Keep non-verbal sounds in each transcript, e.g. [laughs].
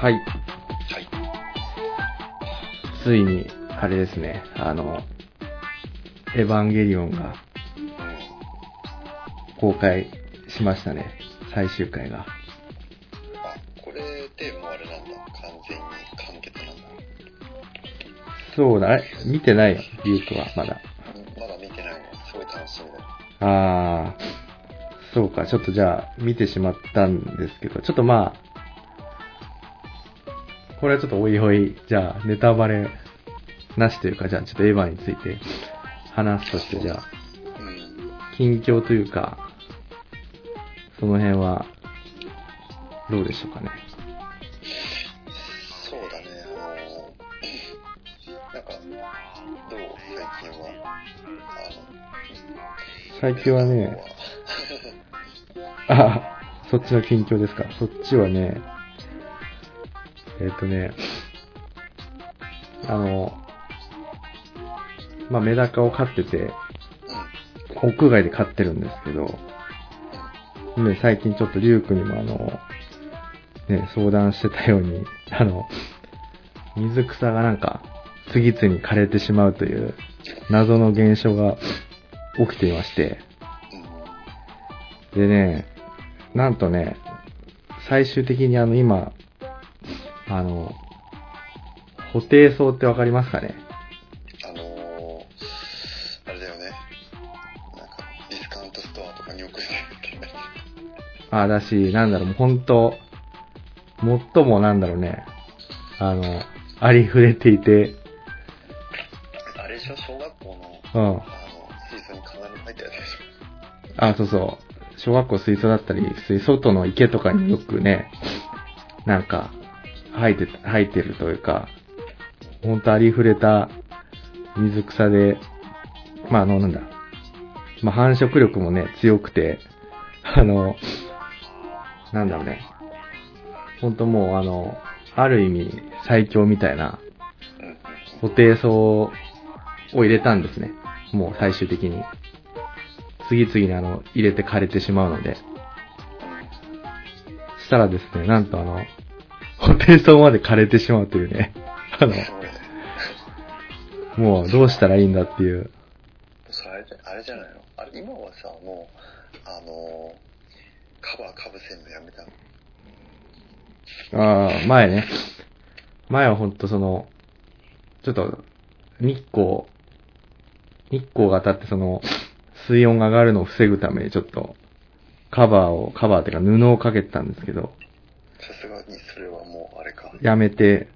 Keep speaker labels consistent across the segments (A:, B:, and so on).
A: はい。
B: はい。
A: ついに、あれですね、あの、エヴァンゲリオンが公開しましたね。最終回が。
B: あ、これでもうあれなんだ。完全に完結なんだ。
A: そうだ、あれ見てないよ、リュウトは、まだ。
B: まだ見てないの。すごい楽しみだ。
A: ああ、そうか、ちょっとじゃあ、見てしまったんですけど、ちょっとまあ、これはちょっとおいおい、じゃあ、ネタバレなしというか、じゃあ、ちょっとエヴァについて話すとして、じゃあ、
B: うん。
A: 近況というか、その辺は、どうでしょうかね。
B: そうだね。あの、なんか、どう
A: 最
B: 最近は。あの
A: 近はね、。あ、そっちの近況ですか。そっちはね、えっ、とね、あの、まあ、メダカを飼ってて、屋外で飼ってるんですけど、ね、最近ちょっとリュウ君にもあの、ね、相談してたように、あの、水草がなんか、次々に枯れてしまうという、謎の現象が起きていまして、
B: うん。う
A: で
B: ん。
A: ね、なんとね、最終的にあの今、あの、補定草ってわかりますかね
B: あのー、あれだよね。なんか、ディスカウントストアとかに送ってるけど。
A: あ、だし、なんだろう、もう本当最もなんだろうね、あの、ありふれていて、
B: あれでしょ小学校の、
A: うん。
B: あの、水槽に必ず入ってるやつでし
A: あ、そうそう。小学校水槽だったり、水外の池とかによくね、なんか、生えて、生えてるというか、ほんとありふれた水草で、まあ、あの、なんだ、まあ、繁殖力もね、強くて、あの、なんだろうね、ほんともう、あの、ある意味、最強みたいな、
B: ょ。うんうん。
A: 固定層を入れたんですね。もう最終的に。次々にあの、入れて枯れてしまうので。したらですね、なんとあの、固定層まで枯れてしまうというね。 [laughs] あの、
B: すごいね。
A: もうどうしたらいいんだっていう。
B: それあれじゃあれじゃないのあれ今はさもうあのーカバーかぶせんのやめたの
A: ああ、前ね。前はほんとその、ちょっと、日光、日光が当たってその、水温が上がるのを防ぐためにちょっと、カバーを、カバーっていうか布をかけてたんですけど、
B: さすがにそれはもうあれか
A: やめて、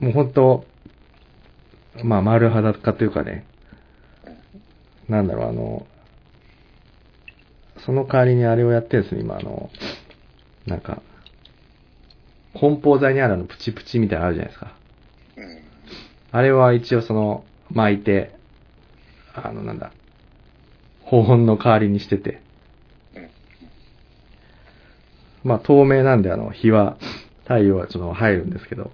A: もう本当まあ丸裸というかね、なんだろう、あの、その代わりにあれをやってるんですね、今あの、なんか、梱包材にあるあのプチプチみたいなのあるじゃないですか。
B: うん
A: あれは一応その、巻いて、あの、なんだ、保温の代わりにしてて。
B: うん
A: まあ透明なんで、あの、日は、太陽はちょっと入るんですけど。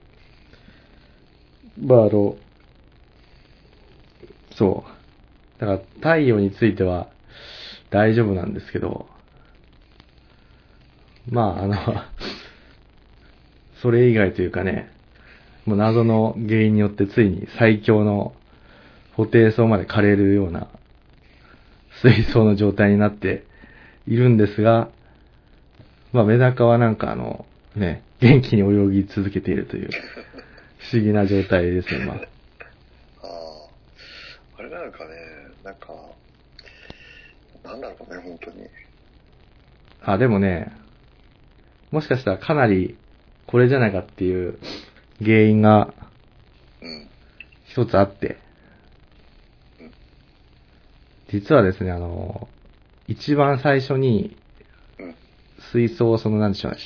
A: まああの、そう。だから太陽については大丈夫なんですけど、まああの、 [laughs] それ以外というかね、もう謎の原因によってついに最強の補定層まで枯れるような水槽の状態になっているんですが、まあメダカはなんかあの、ね、元気に泳ぎ続けているという不思議な状態です今。
B: あああれなんかねなんかなんだろうね本当に
A: あ、でもね、もしかしたらかなりこれじゃないかっていう原因が
B: うん
A: 一つあって、実はですね、あの、一番最初に
B: うん
A: 水槽をその、なんでしょうね、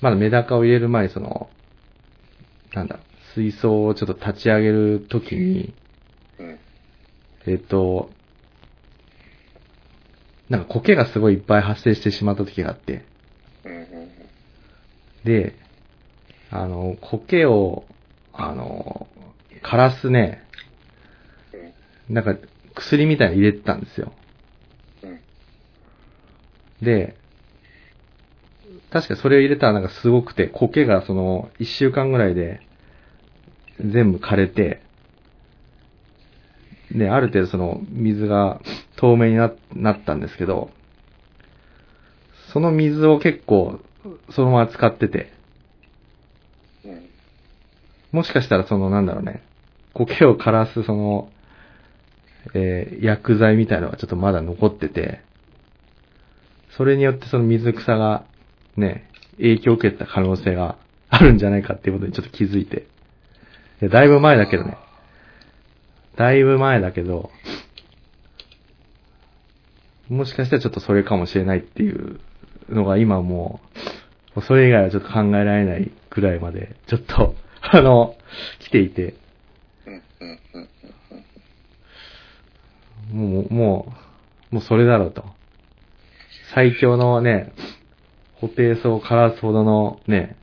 A: まだメダカを入れる前にその、なんだ、水槽をちょっと立ち上げるときに、
B: うん
A: えっと、なんか苔がすごいいっぱい発生してしまった時があって、
B: うんうん
A: で、あの、苔を、あの、枯らすね、
B: うん
A: なんか薬みたいなの入れてたんですよ。
B: うん
A: で、確かそれを入れたらなんかすごくて、苔がその、一週間ぐらいで、全部枯れて、で、ある程度その、水が透明にななったんですけど、その水を結構、そのまま使ってて、
B: うん。
A: もしかしたらその、なんだろうね、苔を枯らすその、えー薬剤みたいのがちょっとまだ残ってて、それによってその水草が、ね、影響を受けた可能性があるんじゃないかっていうことにちょっと気づいて。いやだいぶ前だけどね。だいぶ前だけど、もしかしたらちょっとそれかもしれないっていうのが今もう、もうそれ以外はちょっと考えられないくらいまで、ちょっと、あの、来ていて。
B: うん、うん、うん、うん。
A: もう、もう、もうそれだろうと。最強のね、固定層を枯らすほどのね、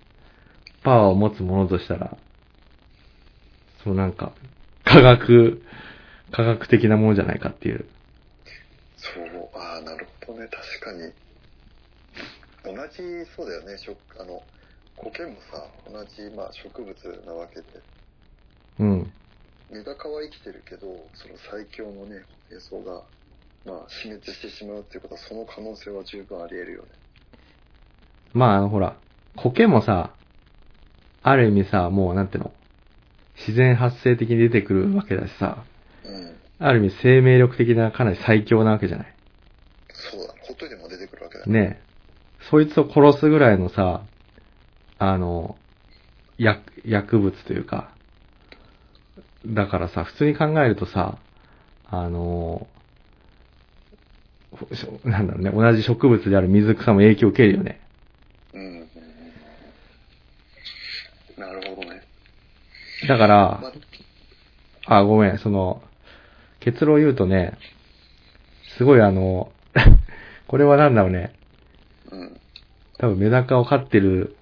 A: パワーを持つものとしたら、そうなんか、科学、科学的なものじゃないかっていう。
B: そう、ああ、なるほどね、確かに。同じ、そうだよね、食、あの、苔もさ、同じ、まあ、植物なわけで、
A: うん。
B: メダカは生きてるけど、その最強のね、野草が、まあ、死滅してしまうっていうことは、その可能性は十分あり得るよね。
A: まあ、あの、ほら、苔もさ、ある意味さ、もうなんていうの、自然発生的に出てくるわけだしさ、
B: うん。
A: ある意味生命力的なかなり最強なわけじゃない。
B: そうだ、ほっといても出てくるわけだね。
A: ねえ、そいつを殺すぐらいのさ、あの、薬、薬物というか、だからさ、普通に考えるとさ、あの、ほしょなんだろうね、同じ植物である水草も影響を受けるよね。
B: うんうん。うんなるほどね。
A: だから
B: ま、あ、
A: あ、ごめん、その、結論を言うとね、すごいあの、 [laughs] これはなんだろうね、
B: うん。
A: 多分メダカを飼ってる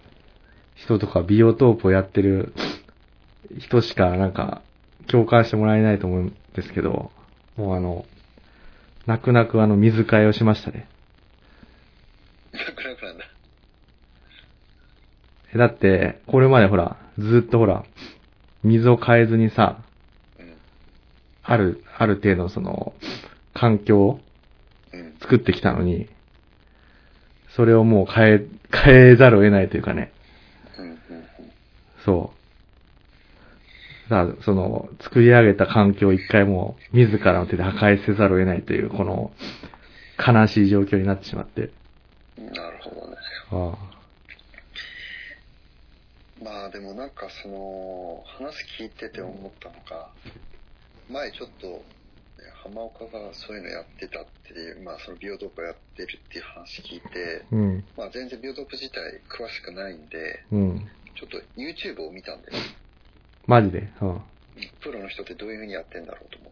A: 人とかビオトープをやってる人しかなんか共感してもらえないと思うんですけど、もうあの、泣く泣くあの水替えをしましたね。
B: なくなくなんだ。
A: えだって、これまでほら、ずっとほら、水を変えずにさ、
B: うん。
A: ある、ある程度のその、環境を
B: うん。
A: 作ってきたのに、それをもう変え、変えざるを得ないというかね。
B: うん。うん。
A: そう。だからその、作り上げた環境を一回もう、自らの手で破壊せざるを得ないという、この、悲しい状況になってしまって。
B: うんなるほどね。
A: あ
B: まあでもなんかその話聞いてて思ったのが前ちょっと、ね、浜岡がそういうのやってたっていうまあそのビオトープやってるっていう話聞いて
A: あ。うん、
B: まあ全然ビオトープ自体詳しくないんで
A: うん。
B: ちょっと YouTube を見たんで
A: マジで。うん。
B: プロの人ってどういうふうにやってんだろうと思っ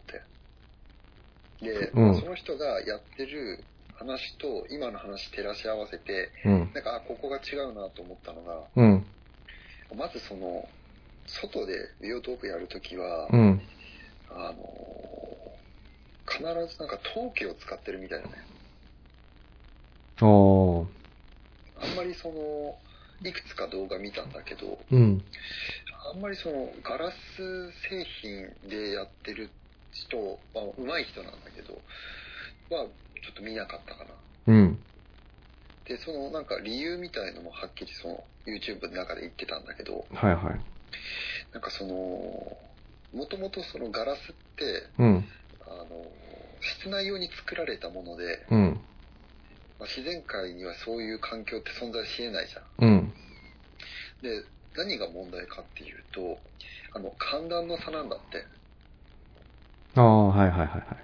B: てで、
A: うん
B: その人がやってる話と今の話照らし合わせて
A: うん。
B: なんかあここが違うなと思ったのが
A: うん。
B: まずその外でビオトープやるときは、
A: うん。
B: あの必ずなんか陶器を使ってるみたいなね。
A: おー。
B: あんまりその、いくつか動画見たんだけど、
A: うん。
B: あんまりそのガラス製品でやってる人、まあ、上手い人なんだけど、はちょっと見なかったかな。
A: うん。
B: で、そのなんか理由みたいのもはっきりその YouTube の中で言ってたんだけど、
A: はいはい。
B: なんかその、もともとそのガラスって、
A: うん。
B: あの、室内用に作られたもので、
A: うん。
B: まあ自然界にはそういう環境って存在し得ないじゃん。
A: うん。
B: で、何が問題かっていうと、あの、寒暖の差なんだって。
A: ああ、はいはいはいは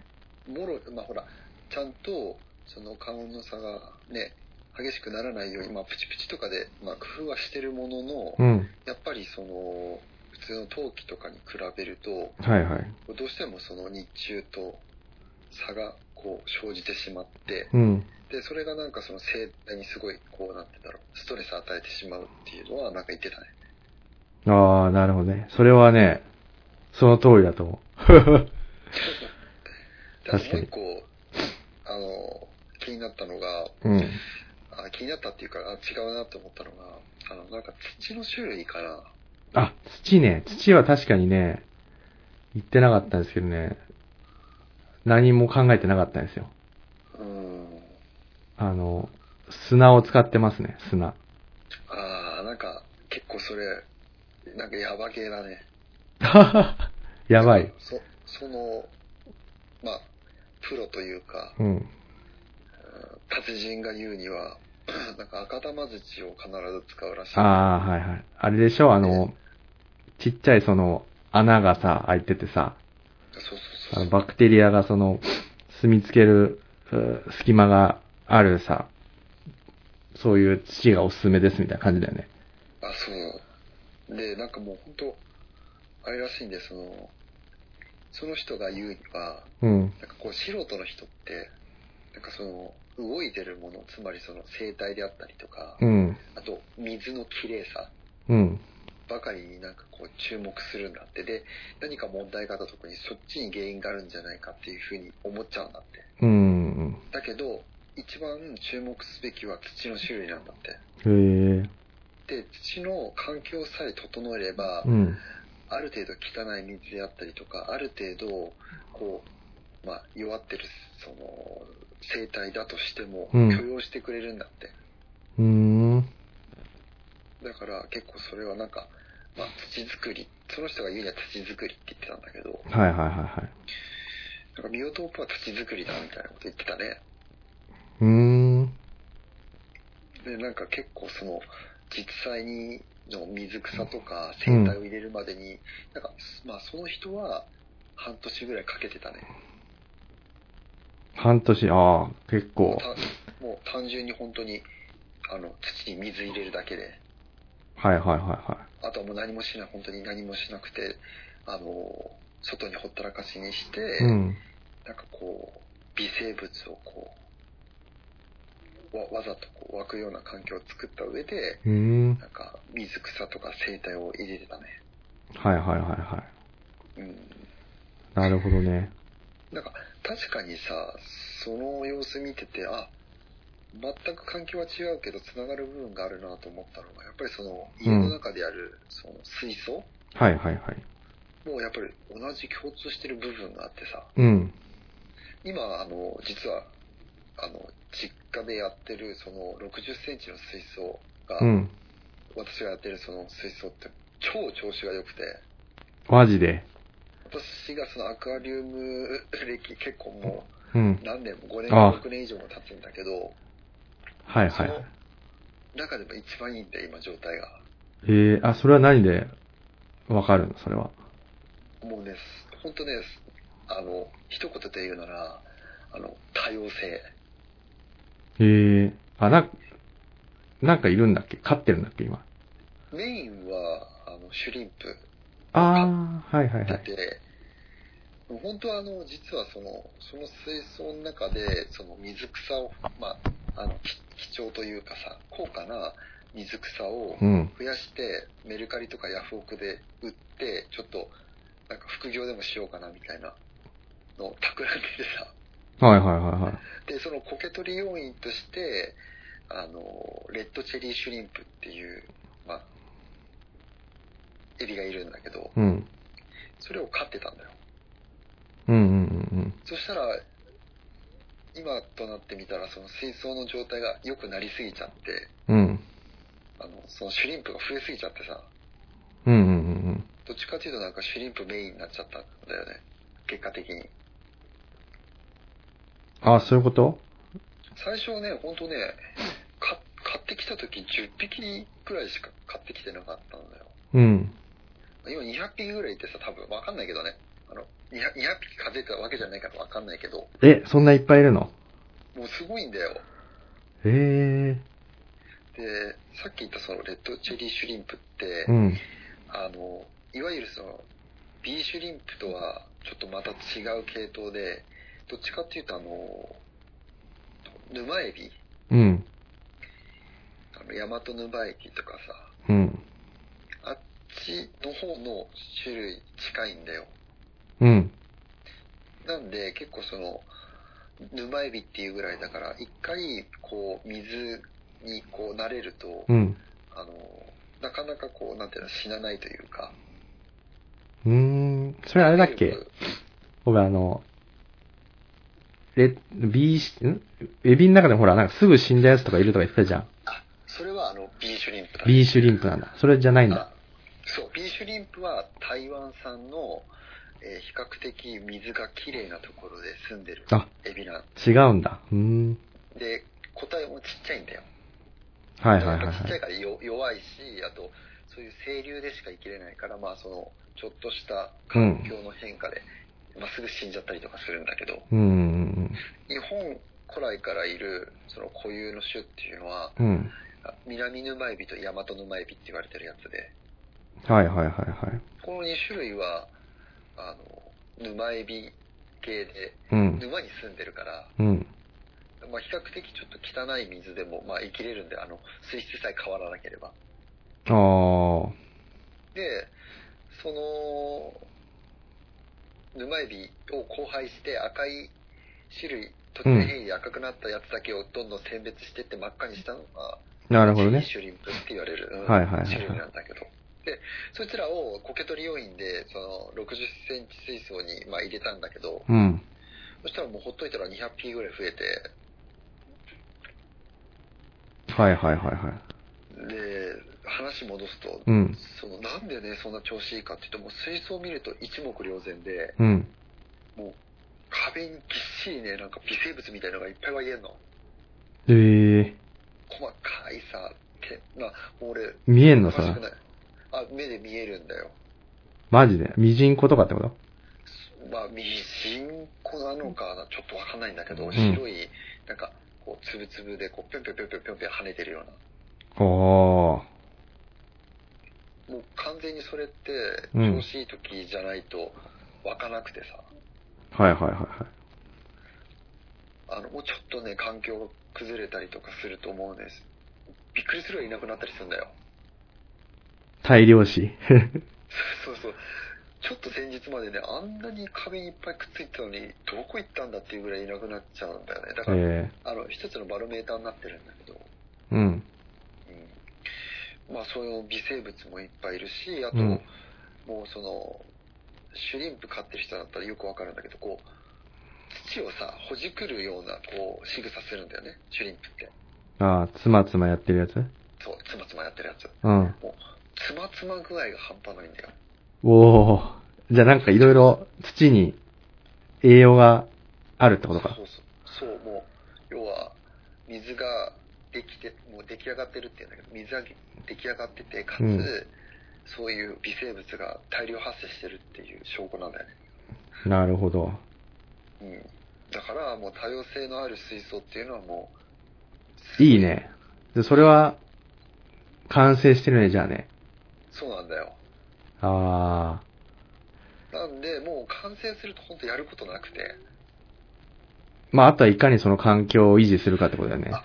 A: い。
B: もろ、まあ、ほら、ちゃんと、その寒温の差がね、激しくならないように、まあ、プチプチとかで、まあ、工夫はしてるものの、
A: うん。
B: やっぱりその、普通の陶器とかに比べると、
A: はいはい。
B: どうしてもその日中と差がこう生じてしまって、
A: うん。
B: で、それがなんかその生態にすごい、こう、なんて言うんだろう、ストレス与えてしまうっていうのは、なんか言ってたね。
A: ああ、なるほどね。それはね、その通りだと思う。
B: であと
A: 確かに
B: もう一個、あの、気になったのが、
A: うん。
B: あ気になったっていうか、あ違うなって思ったのが、あの、なんか土の種類かな。
A: あ、土ね。土は確かにね、言ってなかったんですけどね、何も考えてなかったんですよ。
B: うん。
A: あの、砂を使ってますね、 [laughs] 砂。
B: ああ、なんか、結構それ、なんかヤバ系だね。
A: やばい。。
B: そ、その、まあ、プロというか、
A: うん。
B: うん達人が言うには、なんか赤玉土を必ず使うらしい。
A: ああ、はいはい。あれでしょあの、ちっちゃいその穴がさ、開いててさ、
B: そうそう
A: あ
B: そう。
A: のバクテリアがその、住みつけるうー隙間があるさ、そういう土がおすすめですみたいな感じだよね。
B: あ、そう。で、なんかもう本当あれらしいんで、その、その人が言うには、
A: うん。
B: なんかこう素人の人って、なんかその、動いてるもの、つまりその生態であったりとか、
A: うん。
B: あと水の綺麗さ
A: うん。
B: ばかりになんかこう注目するんだって、で、何か問題があった時にそっちに原因があるんじゃないかっていうふうに思っちゃうんだって。
A: うん。
B: だけど、一番注目すべきは土の種類なんだって。
A: へえ。
B: で、土の環境さえ整えれば
A: う、ん。
B: ある程度汚い水であったりとか、ある程度、こう、まあ、弱ってる、その、生態だとしても、
A: うん
B: 許容してくれるんだって。
A: うーん。
B: だから、結構それはなんか、まあ、土作り、その人が言うには土作りって言ってたんだけど、
A: はいはいはいはい。
B: なんかビオトープは土作りだみたいなこと言ってたね。
A: うーん。
B: で、なんか結構その、実際にの水草とか生態を入れるまでに、なんか、まあ、その人は、半年ぐらいかけてたね。
A: 半年、ああ、結構。
B: たもう単純に本当にあの土に水入れるだけで
A: はいはいはいは
B: あとはもう何もしない本当に何もしなくてあの外にほったらかしにして、
A: い。うん。
B: なんかこう微生物をこうわわざとこう湧くような環境を作った上で
A: うーん。
B: なんか水草とか生態を入れてたね
A: はいはいはいは
B: うん
A: い。なるほどね。
B: なんか確かにさその様子見ててあ全く環境は違うけどつながる部分があるなと思ったのがやっぱりその家の中でやる、その水槽
A: はいはいはい。
B: もうやっぱり同じ共通してる部分があってさ
A: うん。
B: 今あの実はあの実家でやってるその6 0センチの水槽が、
A: うん。
B: 私がやってるその水槽って超調子が良くて
A: マジで。
B: 私がそのアクアリウム歴結構も
A: うん
B: う。何年も5年
A: あ
B: 6年以上も経つんだけど
A: はいはいはい。
B: 中でも一番いいんだよ今状態が
A: ええあ、それは何でわかるのそれは。
B: もうね本当ねあの一言で言うならあの多様性
A: ええあ、なんか、なんかいるんだっけ飼ってるんだっけ今。
B: メインはあのシュリンプ
A: ああ、はいはいは
B: だっ
A: い。
B: て、本当はあの実はそのその水槽の中でその水草を、まあ、あのき貴重というかさ高価な水草を
A: うん。
B: 増やしてメルカリとかヤフオクで売ってちょっとなんか副業でもしようかなみたいなのを企んでてさ
A: はいはいはいはい。
B: でそのコケ取り要員としてあのレッドチェリーシュリンプっていう、まあ、エビがいるんだけど
A: うん。
B: それを飼ってたんだよ
A: うんうんうん
B: そしたら、今となってみたら、その水槽の状態が良くなりすぎちゃって、
A: うん。うん。
B: あの、そのシュリンプが増えすぎちゃってさ、
A: うんうんうんうん。
B: どっちかっていうとなんかシュリンプメインになっちゃったんだよね。結果的に。
A: あ、そういうこと
B: 最初はね、ほんとね、か買ってきた時10匹くらいしか買ってきてなかったんだよ。
A: うん。
B: 今200匹ぐらいいてさ、多分わかんないけどね。あの、200, 200匹数えたわけじゃないからわかんないけど、
A: え、そんないっぱいいるの
B: もうすごいんだよ。
A: え
B: で、さっき言ったそのレッドチェリーシュリンプって、
A: えうん。
B: あの、いわゆるその、B シュリンプとはちょっとまた違う系統で、どっちかっていうとあの、沼エビ、
A: うん。
B: あの、ヤマト沼エビとかさ、
A: うん。
B: あっちの方の種類近いんだよ。
A: うん。
B: なんで結構その、沼エビっていうぐらいだから、一回こう水にこう慣れると、
A: うん。
B: あの、なかなかこう、なんていうの、死なないというか。
A: うーん。それあれだっけ僕あの、レ、B、んエビの中でもほら、なんかすぐ死んだやつとかいるとか言ってたじゃん。
B: それはあの、ビーシュリンプだ、
A: B シュリンプなんだ。それじゃないんだ。
B: あそう、ビーシュリンプは台湾産の、えー比較的水がきれいなところで住んでる
A: あ
B: エビなん
A: 違うんだ。うーん。
B: で、個体もちっちゃいんだよ。
A: はいはいはい、
B: やっぱちっ
A: はい
B: ちゃい。からよ弱いし、あと、そういう清流でしか生きれないから、まあその、ちょっとした環境の変化で、まあすぐ死んじゃったりとかするんだけど、
A: うんうん
B: 日本古来からいるその固有の種っていうのは、
A: うん。うん。
B: あ南沼エビと大和沼エビって言われてるやつで、
A: はいはいはいはい。
B: この2種類は、あの、沼エビ系で、
A: うん。
B: 沼に住んでるから、
A: うん。
B: まあ、比較的ちょっと汚い水でも、まあ、生きれるんで、あの、水質さえ変わらなければ。
A: あー。
B: で、その、沼エビを交配して赤い種類、突然変異で赤くなったやつだけをどんどん選別してって真っ赤にしたのが、
A: なるほどね。
B: シュリンプって言われる、うん
A: はいはいはいはい
B: 種類なんだけど。で、そいつらをコケ取り要員で、その、60センチ水槽に、まあ、入れたんだけど、
A: うん。
B: そしたらもうほっといたら200匹ぐらい増えて、
A: はいはいはいはい。
B: で、話戻すと、
A: うん。
B: そのなんでね、そんな調子いいかって言っても、水槽を見ると一目瞭然で、
A: うん。
B: 壁にぎっしりね、なんか微生物みたいのがいっぱい湧いてんの。
A: えー。
B: 細かいさ、て、まあ、もう俺、
A: 見えんの
B: 詳し
A: さ
B: く。ない。あ、目で見えるんだよ。
A: マジで。ミジンコとかってこと
B: まあ、ミジンコなのかな、ちょっとわかんないんだけど、
A: ん
B: 白い、なんか、こう、つぶつぶで、こう、ぴょんぴょんぴょんぴょんぴょんぴょん跳ねてるよう
A: おー。
B: な。もう完全にそれって、
A: うん
B: 調子いい時じゃないと、湧かなくてさ、
A: はいはいはいはい。
B: あの、もうちょっとね、環境が崩れたりとかすると思うんです。びっくりするよりいなくなったりするんだよ。
A: 大量死。
B: [laughs] そうそうそう。ちょっと先日までね、あんなに壁にいっぱいくっついてたのに、どこ行ったんだっていうぐらいいなくなっちゃうんだよね。だから、
A: え
B: あの、一つのバロメーターになってるんだけど、
A: ー。うん。
B: うんまあそういう微生物もいっぱいいるし、あと、
A: うん
B: もうその、シュリンプ飼ってる人だったらよくわかるんだけど、こう、土をさ、ほじくるような、こう、仕草するんだよね、シュリンプって。
A: あー、つまつまやってるやつ
B: そう、つまつまやってるやつ。
A: うん。
B: つまつま具合が半端ないんだよ。
A: おー。じゃあなんかいろいろ土に栄養があるってことか
B: そ。うそう。そう、もう、要は、水ができて、もう出来上がってるって言うんだけど、水が出来上がってて、かつ、
A: うん
B: そういう微生物が大量発生してるっていう証拠なんだよね。
A: なるほど。
B: うん。だから、もう多様性のある水槽っていうのはもう、
A: いい。ね。でそれは、完成してるね、じゃあね。
B: そうなんだよ。
A: あ
B: なんで、もう完成すると本当やることなくて、
A: ー。まあ、あとはいかにその環境を維持するかってことだよね。
B: あ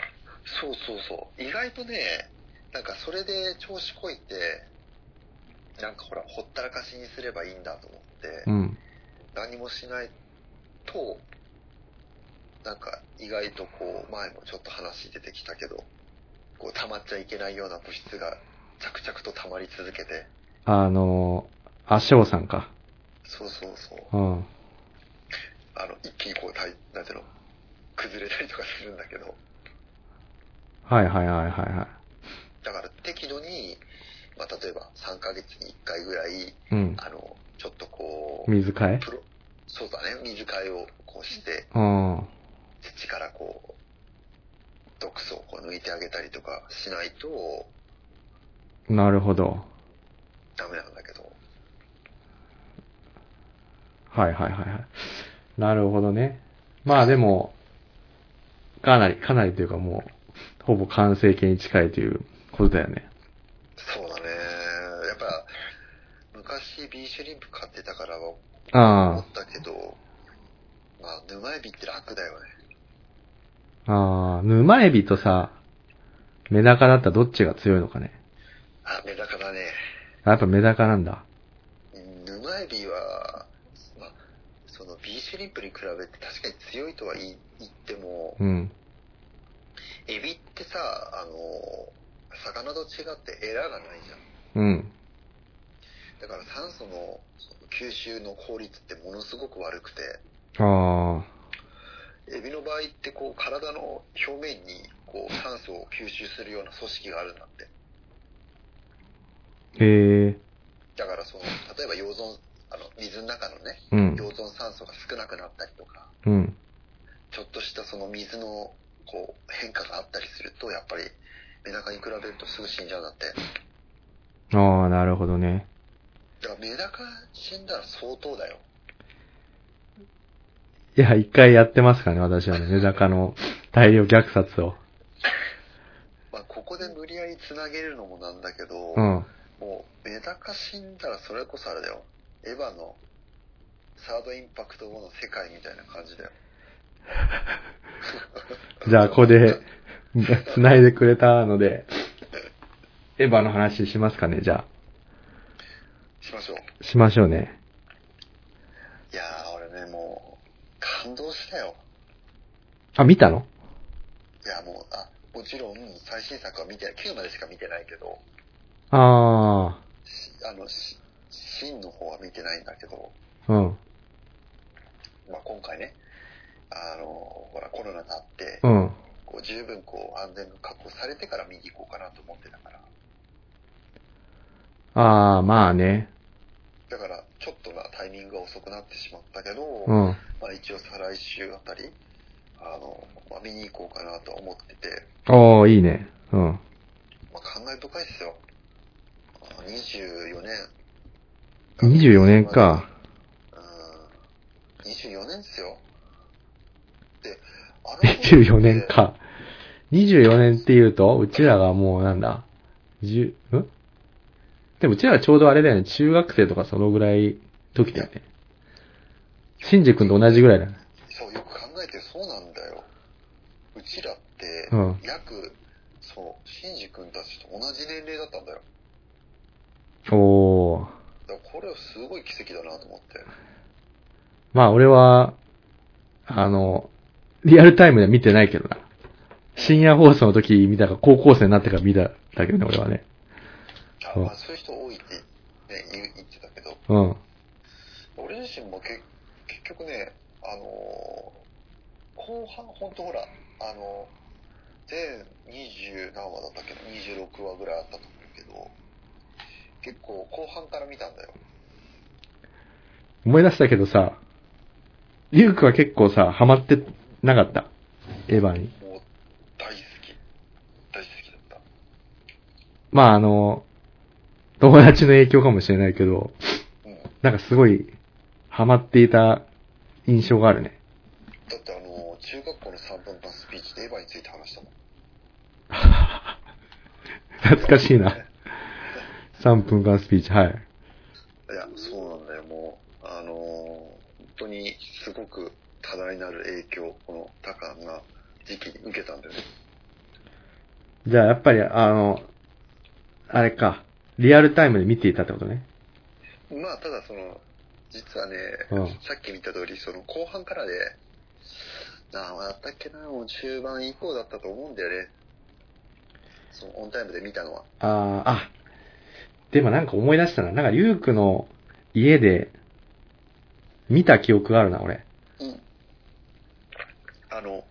B: そうそうそう。意外とね、なんかそれで調子こいて、なんかほら、ほったらかしにすればいいんだと思って、
A: うん。
B: 何もしないと、なんか意外とこう、前もちょっと話出てきたけど、こう溜まっちゃいけないような物質が着々と溜まり続けて、
A: あのー、あ、翔さんか。
B: そうそうそう、
A: うん。
B: あの、一気にこう、たいなんていうの、崩れたりとかするんだけど、
A: はいはいはいはいは
B: だから適度に、まあ例えば3ヶ月に1回ぐらい、
A: い。うん。
B: あの、ちょっとこう、
A: 水替え
B: プロ、そうだね、水替えをこうして、
A: うん。
B: 土からこう、毒素をこう抜いてあげたりとかしないと
A: なるほど。
B: ダメなんだけど、
A: はいはいはいはい。なるほどね。まあでも、かなり、かなりというかもう、ほぼ完成形に近いということだよね。
B: そうだね。やっぱ、昔ビーシュリンプ買ってたからは思
A: あ
B: ったけど、まあ、沼エビって楽だよね。
A: あ、ああ、沼エビとさ、メダカだったらどっちが強いのかね。
B: あ、メダカだね。
A: やっぱメダカなんだ。
B: うん沼エビは、まあ、そのビーシュリンプに比べて確かに強いとは言い言っても、
A: うん。
B: エビってさ、あの、魚と違ってエラがないじゃん。
A: うん。
B: だから酸素のその吸収の効率ってものすごく悪くて、
A: あ
B: エビの場合ってこう体の表面にこう酸素を吸収するような組織があるんだって。
A: ー。へえ。
B: だからその、例えば溶存、あの、水の中のね、
A: うん。
B: 溶存酸素が少なくなったりとか、
A: うん。
B: ちょっとしたその水のこう変化があったりすると、やっぱりメダカに比べるとすぐ死んじゃうんだって。
A: ああ、なるほどね。
B: だからメダカ死んだら相当だよ。
A: いや、一回やってますからね、私はね、メダカの大量虐殺を。
B: まあ、ここで無理やり繋げるのもなんだけど、
A: うん。
B: もうメダカ死んだらそれこそあれだよ。エヴァのサードインパクト後の世界みたいな感じだよ。
A: じゃあ、ここで、繋いでくれたので、エヴァの話しますかね、じゃ
B: しましょう。
A: あ。しましょうね。
B: いやー、俺ね、もう、感動したよ。
A: あ、見たの
B: いや、もう、あ、もちろん、最新作は見てない。9までしか見てないけど、
A: あ
B: しあの、しシンの方は見てないんだけど、
A: あ、うん、
B: まあ、今回ね、あの、ほら、コロナになって、
A: うん。
B: こう十分こう安全が確保されてから見に行こうかなと思ってたから。
A: ああ、まあね。
B: だから、ちょっとなタイミングが遅くなってしまったけど、
A: うん、
B: まあ一応再来週あたり、あの、まあ、見に行こうかなと思ってて、
A: おー、いいね。うん。
B: まあ感慨深いですよ。あの24年。
A: 24年か。。
B: うん。24年ですよ。で、あの
A: 24年。か。24年って言うと、うちらがもうなんだ、十、んでもうちらがちょうどあれだよね、中学生とかそのぐらい時だよね。シンジ君と同じぐらいだね。
B: そう、よく考えてそうなんだよ。うちらって、
A: うん
B: 約、そう、シンジ君たちと同じ年齢だったんだよ。
A: おー。
B: だからこれはすごい奇跡だなと思って。
A: まあ俺は、あの、リアルタイムでは見てないけどな。深夜放送の時見たか、高校生になってから見たんだけどね、俺はね。
B: あ
A: そう
B: まあ、そういう人多いって、ね、言う言ってたけど、
A: うん。
B: 俺自身もけ結局ね、あのー後半、ほんとほら、あのー全20何話だったっけど、26話ぐらいあったと思うけど、結構後半から見たんだよ。
A: 思い出したけどさ、リュウクは結構さ、ハマってなかった。エヴァに。
B: もう、大好き。大好きだった。
A: まああの、友達の影響かもしれないけど、
B: うん。
A: なんかすごい、ハマっていた印象があるね。
B: だってあのー中学校の3分間スピーチでエヴァについて話したもん。
A: 懐かしいな。3分間スピーチ、はい。
B: いや、そうなんだよ、もう、あのー本当にすごく多大なる影響を、この多感な時期に受けたんだよね。
A: じゃあやっぱり、あの、あれか、リアルタイムで見ていたってことね。
B: まあ、ただその、実はね、
A: うん
B: さっき見た通り、その後半からで、何話だったっけな、もう中盤以降だったと思うんだよね。そのオンタイムで見たのは。
A: あーあ、でもなんか思い出したな。なんかリュウクの家で、見た記憶があるな、俺。
B: うん。あの、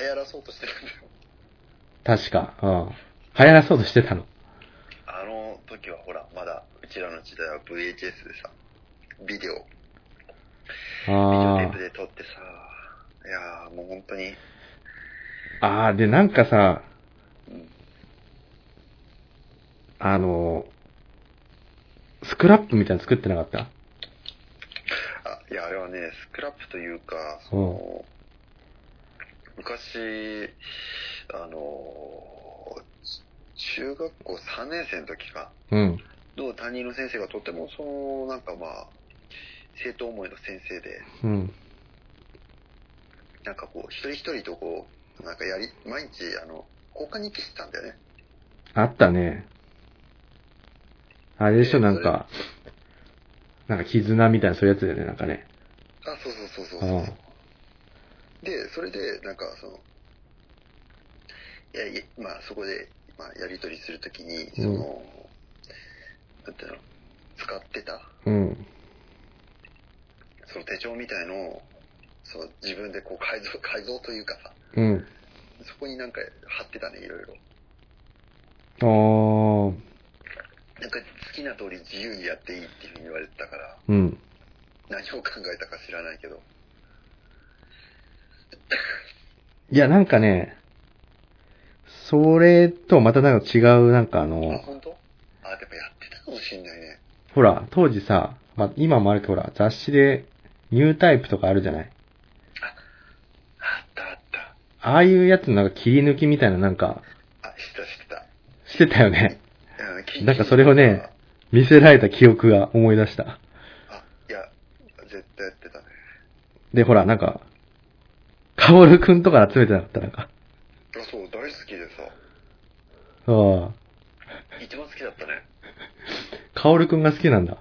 B: 流行らそうとしてるんだよ。
A: 確か。うん。流行らそうとしてたの。
B: あの時はほら、まだ、うちらの時代は VHS でさ、ビデオ、ビデオテー
A: あ
B: プで撮ってさ、いやーもう本当に、
A: あ。ああ、で、なんかさ、
B: うん、
A: あの、スクラップみたいなの作ってなかった
B: あ、いや、あれはね、スクラップというか、その、昔、あのー、中学校3年生の時か、
A: うん。
B: の担任の先生がとても、その、なんかまあ、生徒思いの先生で、
A: うん。
B: なんかこう、一人一人とこう、なんかやり、毎日、あの、交換日記してたんだよね。
A: あったね。あれでしょ、なんか、なんか絆みたいなそういうやつだよね、なんかね。
B: あ、そうそうそうそう
A: う
B: そ
A: ん
B: う。で、それで、なんか、その、いやいや、まあそこで、まあ、やり取りするときに、
A: うん
B: その、なんていうの、使ってた、
A: うん。
B: その手帳みたいのを、そう、自分でこう改造、改造というかさ、
A: うん。
B: そこになんか貼ってたね、いろい
A: あ
B: ろ。
A: ー。
B: なんか好きな通り自由にやっていいっていうふうに言われてたから、
A: うん。
B: 何を考えたか知らないけど。
A: いや、なんかね、それとまたなんか違う、なんかあの、
B: あ、本当？あ、でもやってたかもしんないね。
A: ほら、当時さ、まあ、今もあるけど、ほら、雑誌でニュータイプとかあるじゃない
B: あったあった。
A: ああいうやつのなんか切り抜きみたいななんか
B: あ、してたし
A: して
B: てた。
A: たよね。 [laughs]
B: うん聞いて
A: なんかそれをね見せられた記憶が思い出した。
B: あ、いや、絶対やってたね。
A: で、ほら、なんか、カオルくんとか集めてなかった、なんか。
B: あ、そう、大好きでさ、
A: あ
B: 一番好きだったね。
A: あ、カオルくんが好きなんだ。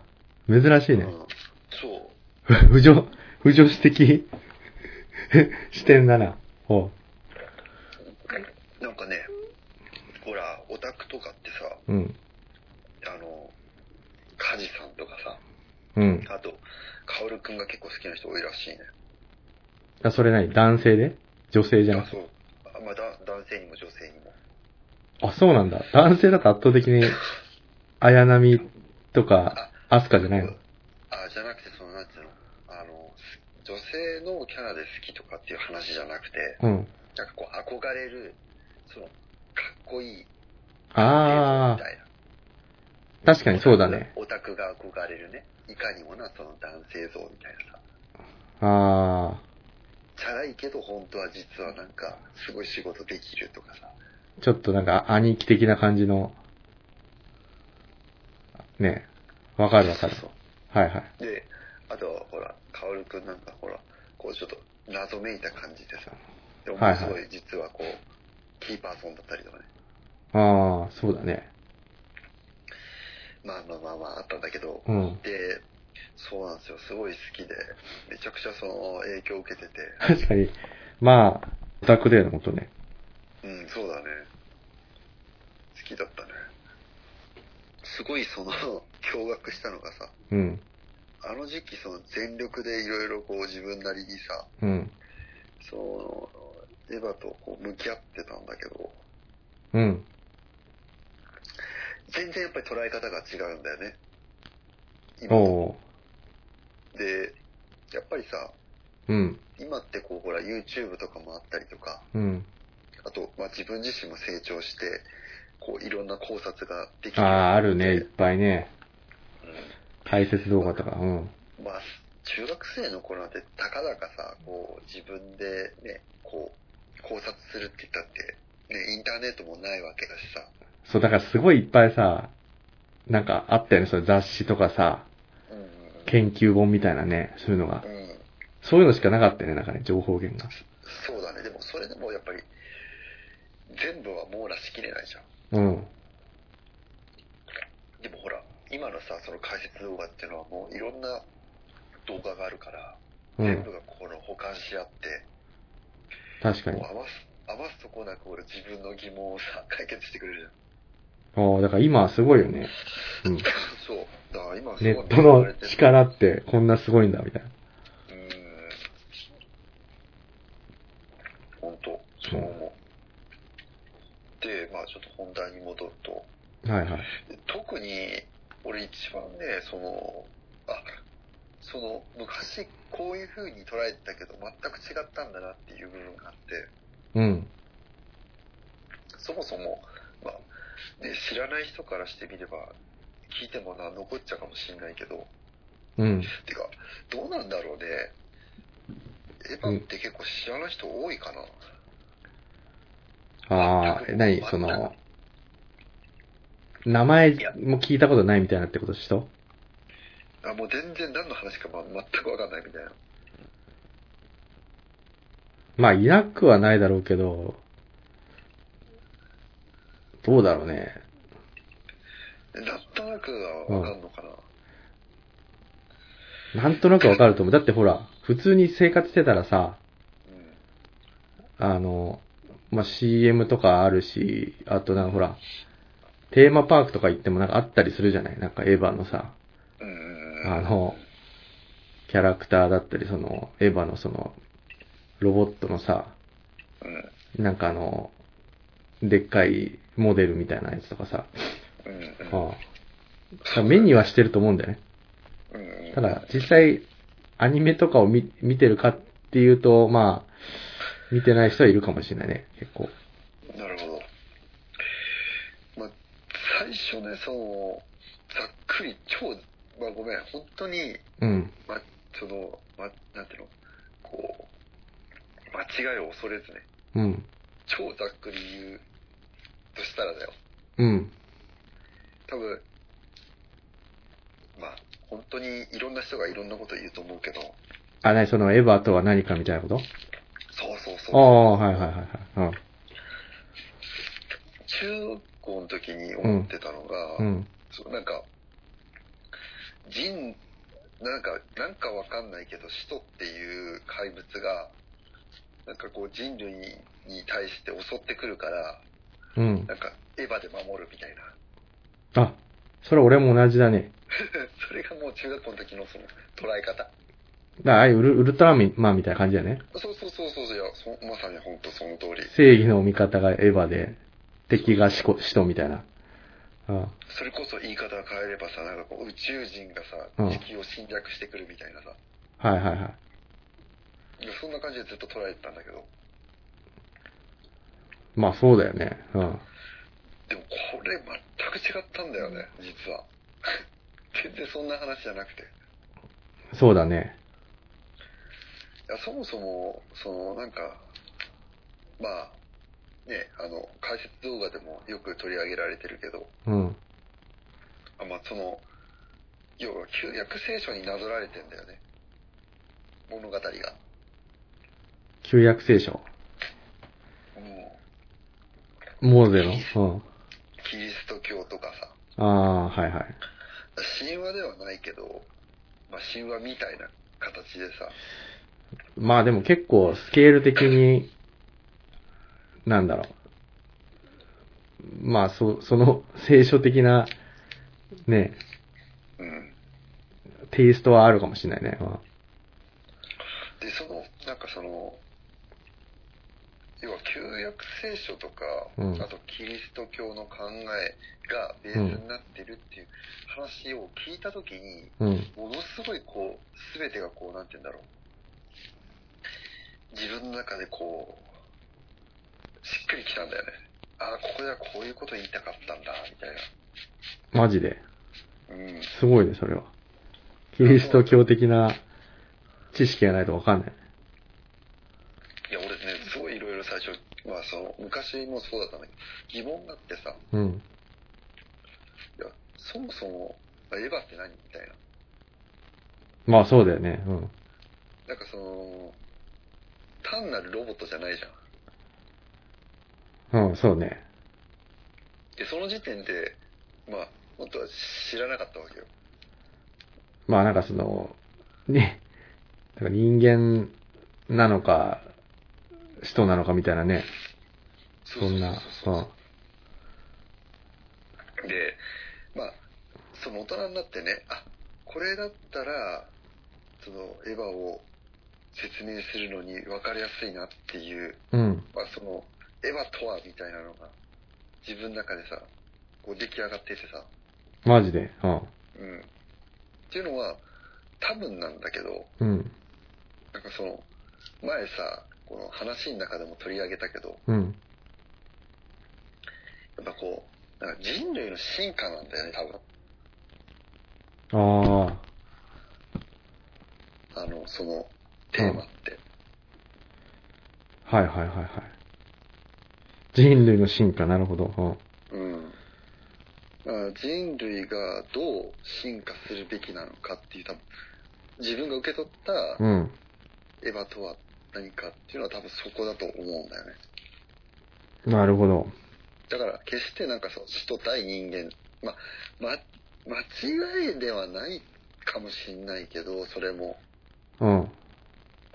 A: 珍しいね
B: う。ん、そう。
A: [laughs] 不女、不女子的 [laughs] 視点だな。おう。
B: なんかね、ほら、オタクとかってさ、
A: うん。
B: あの、カジさんとかさ、
A: うん。
B: あと、カオルくんが結構好きな人多いらしいね。
A: あ、それ何男性で女性じゃな
B: あ、
A: くて。
B: そう。あまあ、だ男性にも女性にも。
A: あ、そうなんだ。男性だと圧倒的に、綾波とか、アスカじゃないの
B: あ、じゃなくて、その、なんていうの、あの、す女性のキャラで好きとかっていう話じゃなくて、
A: うん。
B: なんかこう、憧れる、その、かっこいい、
A: あ
B: みたいな。
A: あ、確かにそうだね。
B: オタクが憧れるね。いかにもな、その男性像みたいなさ。
A: あ
B: チャラいけど、本当は実はなんか、すごい仕事できるとかさ。
A: あ、ちょっとなんか兄貴的な感じの、ねえ、わかるわかる。
B: そう
A: はいはい。
B: そうで、あとは、ほら、カオルくんなんか、ほら、こう、ちょっと、謎めいた感じでさ。でも、
A: はいはい
B: すごい、実はこう、キーパーソンだったりとかね。
A: ああ、そうだね。
B: まあまあまあまあ、あったんだけど、
A: うん。
B: で、そうなんですよ。すごい好きで、めちゃくちゃその影響を受けてて、
A: 確かに、まあ、オタクだよね、ほんとね。
B: うん、そうだね。好きだったね。すごいその、驚愕したのがさ、
A: うん。
B: あの時期その全力でいろいろこう自分なりにさ、
A: うん。
B: その、エヴァとこう向き合ってたんだけど、
A: うん。
B: 全然やっぱり捉え方が違うんだよね。今と
A: おう。
B: で、やっぱりさ、
A: うん。
B: 今ってこうほら YouTube とかもあったりとか、
A: うん。
B: あと、まあ、自分自身も成長して、こう、いろんな考察ができ
A: あ
B: ようにな
A: あ、
B: って
A: あるね、いっぱいね。
B: う
A: 解説動画とか。うん。
B: ん。まあ、中学生の頃なんて、たかだかさ、こう、自分でね、こう、考察するって言ったって、ね、インターネットもないわけだしさ。
A: そう、だからすごいいっぱいさ、なんかあったよね、その雑誌とかさ、
B: うんうん
A: 研究本みたいなね、そういうのが。
B: うん。うん。
A: そういうのしかなかったよね、なんかね、情報源が。
B: そうだね。でも、それでもやっぱり、全部は網羅しきれないじゃん。
A: うん。
B: でもほら、今のさ、その解説動画っていうのはもう、いろんな動画があるから、
A: う
B: 全部
A: ん。
B: がこの保管し合って、
A: 確かに
B: もう。余す、余すとこなく俺自分の疑問をさ、解決してくれる
A: ああ、だから今はすごいよね。うん。 [laughs]
B: じゃん。そう。だから今すご
A: ネ
B: い
A: ットの力ってこんなすごいんだ、みたいな。
B: うーん。本当そう思う。で、まあちょっと本題に戻ると、
A: はいはい。
B: 特に俺一番ね、その、あ、その昔こういう風に捉えてたけど全く違ったんだなっていう部分があって、
A: うん。
B: そもそも、まあ、ね、知らない人からしてみれば、聞いてもな、残っちゃうかもしんないけど、
A: うん。
B: てか、どうなんだろうね。エヴァって結構知らない人多いかな。
A: ああ、え何その、名前も聞いたことないみたいなってこと人
B: あもう全然何の話か、ま、全くわかんないみたいな。
A: まあ、いなくはないだろうけど、どうだろうね。
B: なんとなくはわかんのかな。
A: なんとなくわかると思う。だってほら、普通に生活してたらさ、
B: うん。
A: あの、まあ、CM とかあるし、あとなんかほら、テーマパークとか行ってもなんかあったりするじゃないなんかエヴァのさ、
B: うんうんうん。
A: あの、キャラクターだったり、その、エヴァのその、ロボットのさ、
B: うん
A: なんかあの、でっかいモデルみたいなやつとかさ、
B: うんうん。
A: ああ目にはしてると思うんだよね。
B: うんうん
A: ただ、実際、アニメとかを見見てるかっていうと、まあ、見てない人はいるかもしれないね、結構。
B: なるほど。まあ、最初ね、その、ざっくり、超、まあごめん、本当に、
A: うん。
B: ま、その、ま、なんていうの、こう、間違いを恐れずね、
A: うん。
B: 超ざっくり言うとしたらだよ。
A: うん。
B: 多分、まあ、本当にいろんな人がいろんなこと言うと思うけど、
A: あ、なにそのエヴァとは何かみたいなこと
B: そうそう
A: あ
B: そう。
A: あ、はいはいはいはい。
B: 中学校の時に思ってたのが、
A: うん。
B: そうなんか、人、なんか、なんかわかんないけど、使徒っていう怪物が、なんかこう人類に対して襲ってくるから、
A: うん。
B: なんかエヴァで守るみたいな。 [laughs]
A: あ、それ俺も同じだね。
B: それがもう中学校の時のその捉え方。
A: だからああいうウルウルトラマンみたいな感じだよね。
B: そうそうそうそう、いや、そまさに本当その通り。
A: 正義の味方がエヴァで、敵が使徒使徒みたいな。あ
B: それこそ言い方を変えればさ、なんかこう宇宙人が
A: うん
B: さ、地球を侵略してくるみたいなさ、
A: あはいはいはい。
B: いやそんな感じでずっと捉えてたんだけど、
A: まあそうだよね。うん。
B: でもこれ全く違ったんだよね、実は。 [laughs] 全然そんな話じゃなくて。い
A: そうだね。
B: や、そもそも、そのなんか、まあ、ね、あの、解説動画でもよく取り上げられてるけど、
A: うん。
B: あまあその、要は旧約聖書になぞられてんだよね。物語が。
A: 旧約聖書。
B: も
A: モーゼの。
B: う、キリスト教とかさ、
A: うん。ああ、はいはい。
B: 神話ではないけど、まあ、神話みたいな形でさ、
A: まあでも結構スケール的に、なんだろう。まあそ、その聖書的な、ね、
B: うん、
A: テイストはあるかもしれないね。うん
B: でそのなんかその要は旧約聖書とか、
A: うん
B: あとキリスト教の考えがベースになってるっていう話を聞いた時に、
A: うん。
B: ものすごいこう全てがこうなんて言うんだろう自分の中でこうしっくりきたんだよねああここではこういうこと言いたかったんだみたい
A: マジで。
B: なうん
A: すごいね、それは。キリスト教的な知識がないとわかんない。
B: いや、俺ね、すごいいろいろ最初、まあその、昔もそうだったんだけど、疑問があってさ、
A: うん。
B: いや、そもそも、エヴァって何みたいな。
A: まあそうだよね。うん。
B: なんかその、単なるロボットじゃないじゃん。
A: うん、そうね。
B: で、その時点で、まあ、本当は知らなかったわけよ。
A: まあなんかその、ね、なんか人間なのか、人なのかみたいなね、
B: そ
A: そんな、。
B: そううんそうで、まあ、その大人になってね、あ、これだったら、その、エヴァを説明するのに分かりやすいなっていう
A: うん、
B: まあ、そのエヴァとはみたいなのが自分の中でさこう出来上がっててさ、
A: マジで、うん、
B: うん、っていうのは多分なんだけど
A: うん、
B: なんかその前さこの話の中でも取り上げたけど
A: うん。
B: やっぱこうなんか人類の進化なんだよね多分
A: ああ、
B: あのそのテーマって、
A: はいはいはいはい。人類の進化、なるほど。
B: うんだから人類がどう進化するべきなのかっていう多分自分が受け取った
A: うん、うん。
B: エヴァとは何かっていうのは多分そこだと思うんだよね
A: なるほど。
B: だから決してなんかそう人対人間まま間違いではないかもしんないけどそれも
A: うん、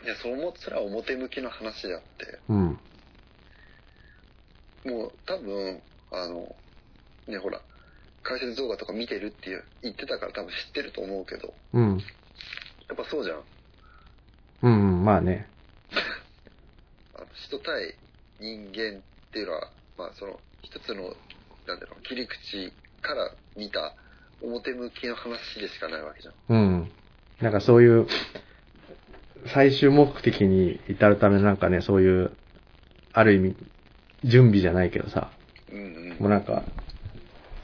B: いやそれもそれは表向きの話であって
A: うん、
B: もう多分、あの、ね、ほら、解説動画とか見てるっていう言ってたから多分知ってると思うけど、
A: うん。
B: やっぱそうじゃん。
A: うん、うんまあね。
B: あの人対人間っていうのは、まあその一つの、なんだろう、切り口から見た表向きの話でしかないわけじゃん。
A: うん。なんかそういう、最終目的に至るためのなんかね、そういう、ある意味、準備じゃないけどさ、
B: うんうん。
A: もうなんか、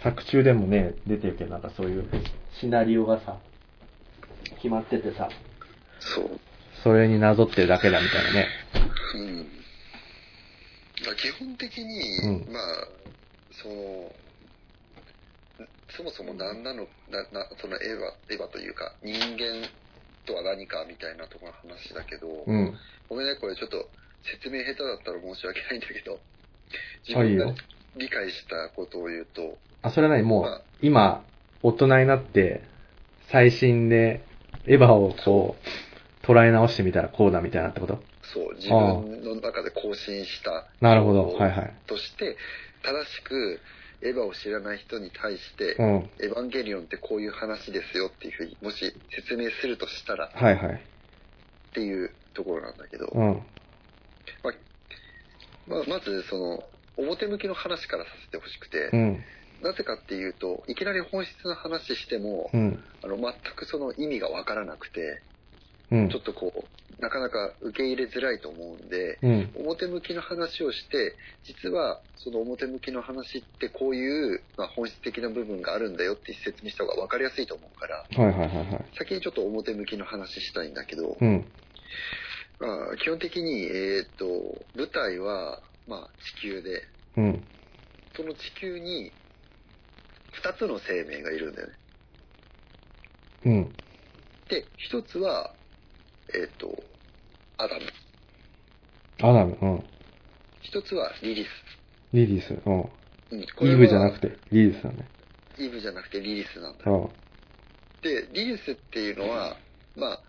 A: 作中でもね、出てるけど、なんかそういうシナリオがさ、決まっててさ、
B: そう。
A: それになぞってるだけだみたいなね。
B: うん。だから基本的に、
A: うん
B: まあ、その、そもそも何なの、な、な、そのエヴァ、エヴァというか、人間とは何かみたいなところの話だけど、
A: うん。
B: ごめんね、これちょっと説明下手だったら申し訳ないんだけど、自
A: あ、いい
B: 分
A: よ
B: が。理解したことを言うと、
A: あ、それは何も
B: ま
A: う
B: あ、
A: 今、大人になって、最新で、エヴァをこう、捉え直してみたらこうだみたいなってこと
B: そう、自分の中で更新した
A: なるほど。
B: そう
A: はいはい。
B: として、正しくエヴァを知らない人に対して、
A: うん。
B: エヴァンゲリオンってこういう話ですよっていうふうに、もし説明するとしたら
A: はいはい。
B: っていうところなんだけど、
A: うん。
B: まあ、まずその、表向きの話からさせてほしくて
A: う、ん。
B: なぜかっていうと、いきなり本質の話しても
A: う、ん。
B: あの、全くその意味がわからなくて、
A: うん
B: ちょ。っとこう、なかなか受け入れづらいと思うんで、
A: うん。
B: 表向きの話をして、実はその表向きの話ってこういう、まあ、本質的な部分があるんだよって説明した方が分かりやすいと思うから、
A: はいはいはいはい。
B: 先にちょっと表向きの話したいんだけど
A: う、ん。
B: まあ、基本的に、えーっと、舞台は、まあ、地球で、
A: うん。
B: その地球に2つの生命がいるんだよね。
A: うん。
B: で、1つは、えーっと、アダム。
A: アダム。うん。
B: 1つはリリス。
A: リリース。う
B: うん、
A: ん。イブじゃなく
B: て
A: て、リリースだね。
B: イブじゃなくてリリスなんだ
A: う。ん。
B: で、リリスっていうのは、まあ、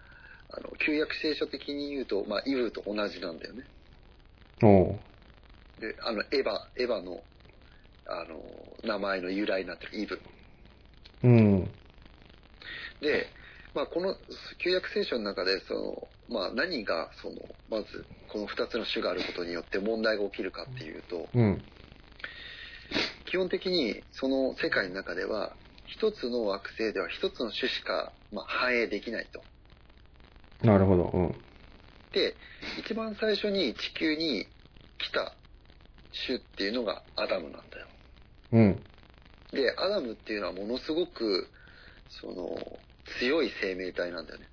B: あの旧約聖書的に言うと、まあ、イブと同じなんだよね。
A: おう。
B: で、あの、エヴァ、エヴァの、あの、名前の由来になってるイブ。
A: うん。
B: で、まあ、この旧約聖書の中で、その、まあ、何が、その、まず、この二つの種があることによって問題が起きるかっていうと、
A: うん。
B: 基本的に、その世界の中では、一つの惑星では一つの種しか、まあ、反映できないと。
A: なるほど。うん。
B: で、一番最初に地球に来た種っていうのがアダムなんだよ。
A: うん。
B: で、アダムっていうのはものすごく、その、強い生命体なんだよね。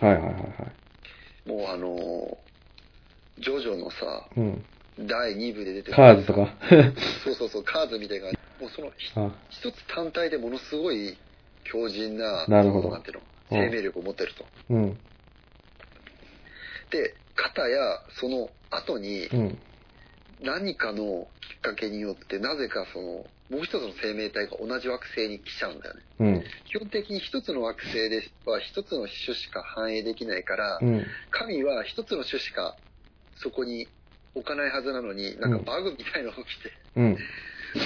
A: はいはいはいはい。
B: もうあの、ジョジョのさ、
A: うん。
B: 第2部で出て
A: カーズとか。
B: そうそうそう、カーズみたいな、もうそのひ
A: あ
B: 一つ単体でものすごい強靭な、
A: なるほど
B: そのんていうの、生命力を持ってると。
A: うん。
B: で、肩やその後に、
A: うん。
B: 何かのきっかけによってなぜかそのもう一つの生命体が同じ惑星に来ちゃうんだよね
A: うん。
B: 基本的に一つの惑星では一つの種しか反映できないから、
A: うん。
B: 神は一つの種しかそこに置かないはずなのになんかバグみたいなのが起きて、
A: うん。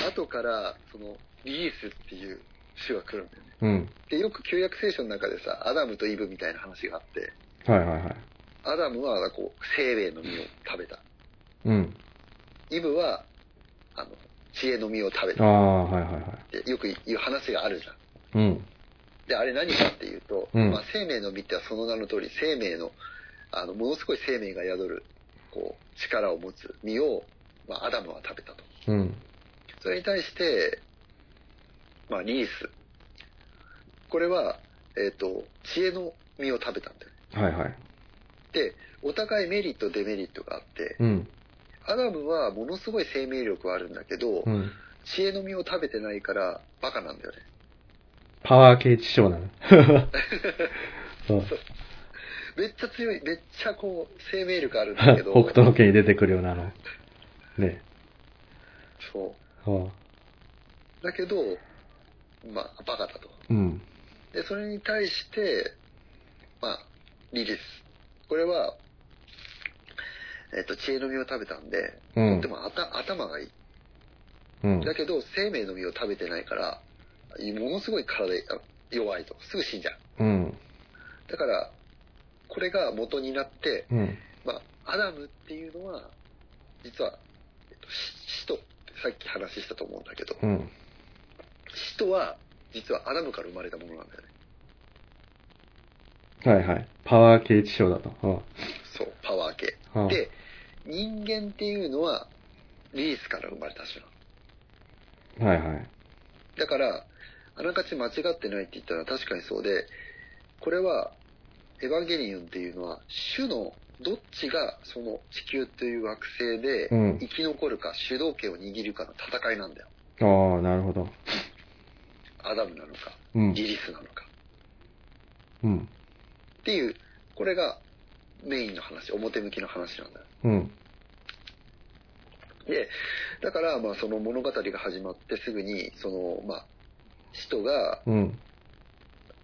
B: 後からそのリリースっていう種が来るんだよね
A: うん。
B: でよく旧約聖書の中でさアダムとイブみたいな話があって
A: はいはいはい。
B: アダムはこう生命の実を食べた
A: うん。
B: イブはあの知恵の実を食べた
A: ああ、はいはいはい。
B: ってよく言う話があるじゃん。
A: うん。
B: で、あれ何かっていうと、
A: うん
B: まあ、生命の実ってはその名の通り、生命の、あの、ものすごい生命が宿る、こう、力を持つ実を、まあ、アダムは食べたと。
A: うん。
B: それに対して、まあ、リース。これは、えっ、と、知恵の実を食べたんだよね。
A: はいはい。
B: で、お互いメリット、デメリットがあって、
A: うん。
B: アダムはものすごい生命力はあるんだけど
A: う、ん。
B: 知恵の実を食べてないから、バカなんだよね。
A: パワー系知性なの。そう。
B: めっちゃ強い、めっちゃこう、生命力あるんだ
A: [laughs]
B: け
A: 北
B: ど、
A: 斗の拳に出てくるようなあの。ね。
B: そ
A: は
B: う。だけど、まあ、バカだと。
A: あ、うん。
B: で、それに対して、まあ、リリス。これは、えっと、知恵の実を食べたんで、
A: うん
B: で。も頭頭がいい。
A: うん。
B: だけど、生命の実を食べてないから、ものすごい体あ弱いと。すぐ死んじゃ
A: う
B: う。
A: ん。
B: だから、これが元になって、
A: うん。
B: まあ、アダムっていうのは、実は、えっと、し使徒ってさっき話したと思うんだけど、
A: うん。
B: 使徒は、実はアダムから生まれたものなんだよね。
A: はいはい。パワー系知性だと。は
B: そう、パワー系。
A: あはあ
B: で、人間っていうのは、リースから生まれた種なの。
A: はいはい。
B: だから、あながち間違ってないって言ったら確かにそうで、これは、エヴァンゲリオンっていうのは、種のどっちがその地球という惑星で
A: うん
B: 生き残るか、主導権を握るかの戦いなんだよ。
A: ああ、なるほど。
B: アダムなのか、
A: うん。
B: リリスなのか。
A: うん。
B: っていう、これがメインの話、表向きの話なんだよ。
A: うん。
B: で、だから、まあその物語が始まってすぐに、その、まあ、使徒が
A: うん。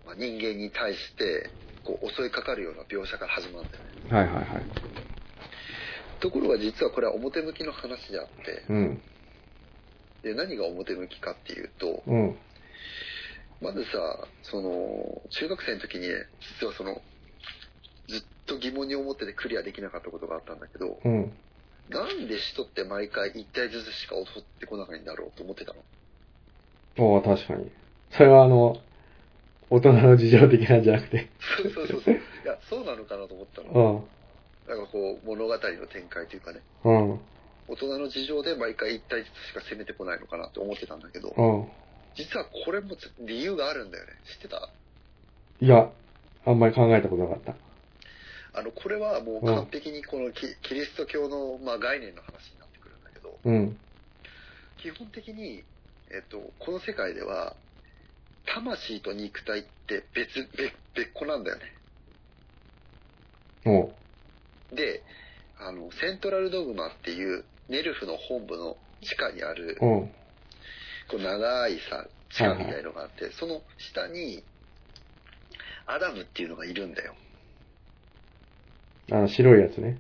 B: まあ人間に対して、こう襲いかかるような描写から始まるんだよね。
A: はいはいはい。
B: ところが実はこれは表向きの話であって、
A: うん。
B: で何が表向きかっていうと、
A: うん。
B: まずさ、その、中学生の時に、実はその、ずっと疑問に思っててクリアできなかったことがあったんだけど、
A: うん。
B: なんで人って毎回一体ずつしか襲ってこないんだろうと思ってたの。
A: おお確かに。それはあの、大人の事情的なんじゃなくて。
B: そうそうそうそう。いや、そうなのかなと思った
A: う
B: の。
A: ん。
B: なんかこう、物語の展開というかね、
A: うん。
B: 大人の事情で毎回一体ずつしか攻めてこないのかなと思ってたんだけど、
A: うん。
B: 実はこれも理由があるんだよね。知ってた
A: いや、あんまり考えたことなかった。
B: あの、これはもう完璧にこのキキリスト教の、まあ、概念の話になってくるんだけど、
A: うん。
B: 基本的に、えっと、この世界では、魂と肉体って別、別、別個なんだよね。
A: おう
B: で、あの、セントラルドグマっていう、ネルフの本部の地下にある、
A: うん。
B: こう長いさ、地下みたいのがあって、その下に、アダムっていうのがいるんだよ。
A: あの、白いやつね。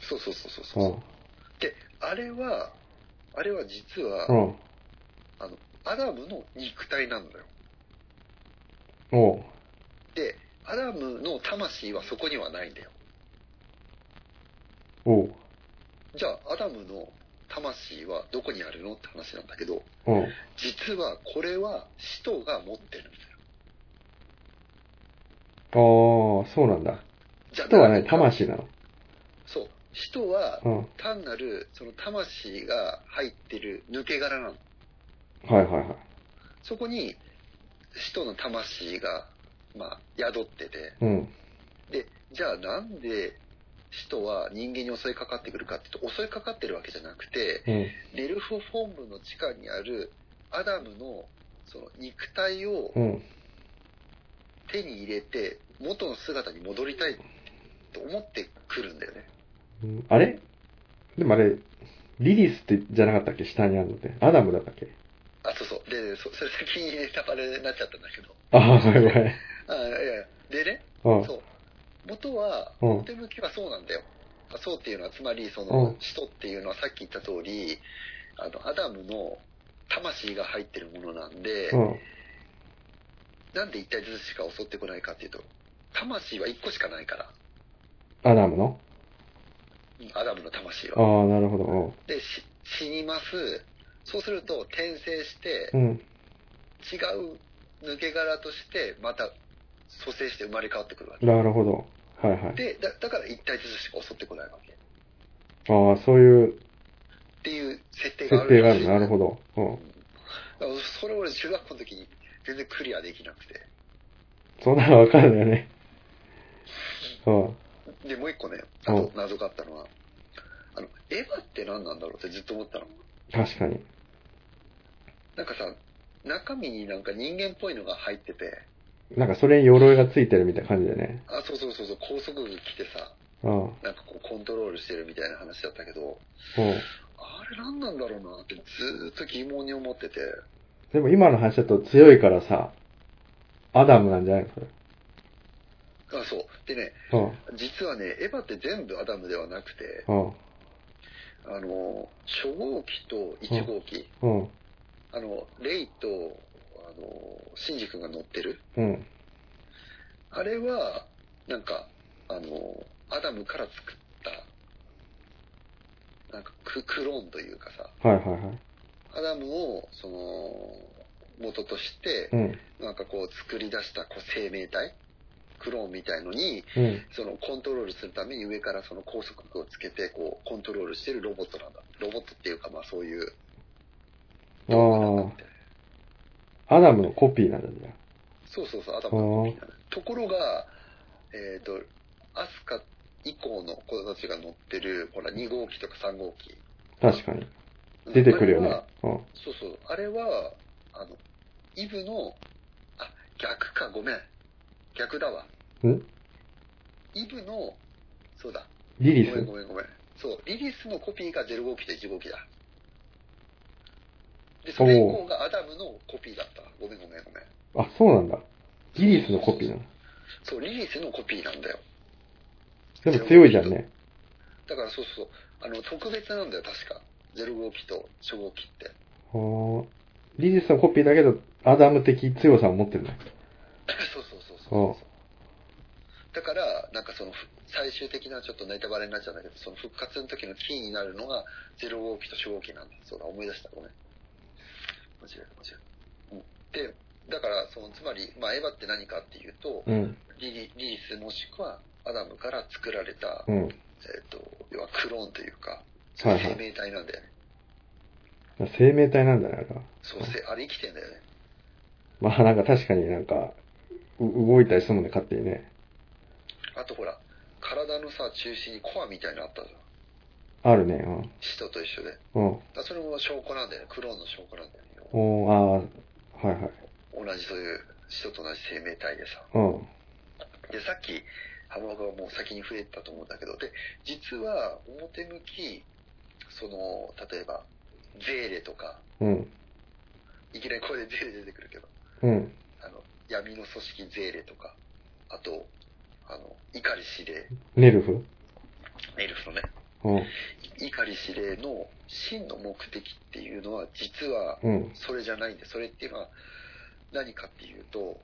B: そうそうそうそう
A: う
B: そう。
A: ん。
B: で、あれは、あれは実は、
A: うん。
B: アダムの肉体なんだよ。
A: おう
B: で、アダムの魂はそこにはないんだよ。
A: おう
B: じゃあ、アダムの魂はどこにあるのって話なんだけど、
A: おう
B: 実はこれは使徒が持ってるんだよ。
A: ああ、そうなんだ。
B: じゃあ
A: 人はね、
B: 誰が
A: 魂なの。
B: そう。使徒は
A: うん。
B: 単なるその魂が入ってる抜け殻なの。
A: はいはいはい。
B: そこに使徒の魂が、まあ、宿ってて、
A: うん。
B: で、じゃあなんで使徒は人間に襲いかかってくるかっていうと、襲いかかってるわけじゃなくて、
A: うん。
B: ネルフ本部の地下にあるアダムのその肉体を
A: うん。
B: 手に入れて元の姿に戻りたいと思ってくるんだよね。
A: うんあれでもあれ、リリスってじゃなかったっけ下にあるのって。アダムだったっけ
B: あ、そうそう。で、そそれ先にネタバレになっちゃったんだけど。
A: ああ、ごめんごめん。
B: あいやいや。でね、
A: うん。
B: そう。元は、
A: うん
B: 表向きはそうなんだよ。あそうっていうのは、つまり、そうの
A: ん、
B: 使徒っていうのはさっき言った通り、あの、アダムの魂が入ってるものなんで、
A: うん。
B: なんで一体ずつしか襲ってこないかっていうと、魂は一個しかないから。
A: アダムの
B: アダムの魂
A: あ
B: は。
A: あ、なるほど。うん
B: で、し死にます。そうすると、転生して
A: う、ん。
B: 違う抜け殻として、また蘇生して生まれ変わってくるわけ。
A: なるほど。はいはい。
B: で、だだから一体ずつしか襲ってこないわけ。っ
A: ああ、そういう
B: ていう設定があ
A: 設定
B: るら
A: があ
B: しい
A: る。なるほど。うん。
B: だからそれ俺中学校の時に全然クリアできなくて。
A: そんなのわかるんだよね。うん。
B: で、もう一個ね、あ
A: うん
B: と謎があったのは、あの、エヴァって何なんだろうってずっと思ったの。
A: 確かに。
B: なんかさ、中身になんか人間っぽいのが入ってて、
A: なんかそれに鎧がついてるみたいな感じだよね。
B: あ、そうそうそうそう、高速具着てさ、
A: うん。うん。
B: なんかこうコントロールしてるみたいな話だったけど、あれ何なんだろうなってずーっと疑問に思ってて、
A: でも今の話だと強いからさ、アダムなんじゃないのそれ。
B: あ、そう。でね、
A: うん。
B: 実はね、エヴァって全部アダムではなくて、
A: うん。
B: あの、初号機と1号機、
A: うん。
B: あの、レイと、あの、シンジ君が乗ってる。
A: うん。
B: あれは、なんか、あの、アダムから作った、なんかク、クローンというかさ、
A: はいはいはい。
B: アダムを、その、元として
A: う、ん。
B: なんかこう、作り出したこう生命体、クローンみたいのに、
A: うん。
B: そのコントロールするために上からその高速をつけて、こう、コントロールしてるロボットなんだ。ロボットっていうか、まあそういう、なんだ
A: あ
B: って
A: あ。アダムのコピーなんだじゃ
B: そうそうそう、アダムのコピーなのところが、えっ、と、アスカ以降の子たちが乗ってる、ほら、2号機とか3号機。
A: あ。確かに。出てくるよ
B: あ
A: ね
B: れは。
A: うん。
B: そうそう、あれは、あの、イブの、あ、逆か、ごめん。逆だわ。
A: ん
B: イブの、そうだ、
A: リリ
B: ごめ
A: ス
B: んごめんごめん。そう、リリスのコピーが0号機と1号機だ。で、それ以降がアダムのコピーだった。ごめんごめんごめん。
A: あ、そうなんだ。リリスのコピーなの。
B: そう、リリスのコピーなんだよ。
A: でも強いじゃんね。
B: だからそうそう、あの、特別なんだよ、確か。0号機と初号機って。 [coughs]
A: うんリリスのコピーだけど、アダム的強さを持ってるね。
B: そうそうそうそうそう。だから、なんかその、ふ最終的なちょっとネタバレになっちゃうんだけど、その復活の時のキーになるのが0号機と初号機なんだ。そうだ、思い出した。ごめん。間違えた、間違えた。うんで、だから、その、つまり、まあ、エヴァって何かっていうと、
A: うん。
B: リリリリスもしくはアダムから作られた、
A: うん。
B: えっ、と、要はクローンというか、
A: はいはい
B: 生命体なんだよね。
A: 生命体なんだね、あれは。
B: そう、せあれ生きてんだよね。
A: まあなんか確かになんか、う動いたりするもんね、勝手にね。
B: あとほら、体のさ、中心にコアみたいなのあったじゃん。
A: あるね、うん。
B: 使徒と一緒で。だか
A: うん。
B: らそれも証拠なんだよね。クローンの証拠なんだよね。
A: おーあーはいはい。
B: 同じそういう、使徒と同じ生命体でさ。
A: うん。
B: で、さっき、浜岡がもう先に触れたと思うんだけど、で、実は表向き、その、例えば、ゼーレとか、
A: うん。
B: いきなりこれでゼーレ出てくるけど、
A: うん。
B: あの、闇の組織ゼーレとか、あと、あの、イカリシレ、
A: ネルフ
B: エルフのね、
A: うん。
B: イカリシレの真の目的っていうのは、実は、
A: うん。
B: それじゃないんで、それっていうのは何かっていうと、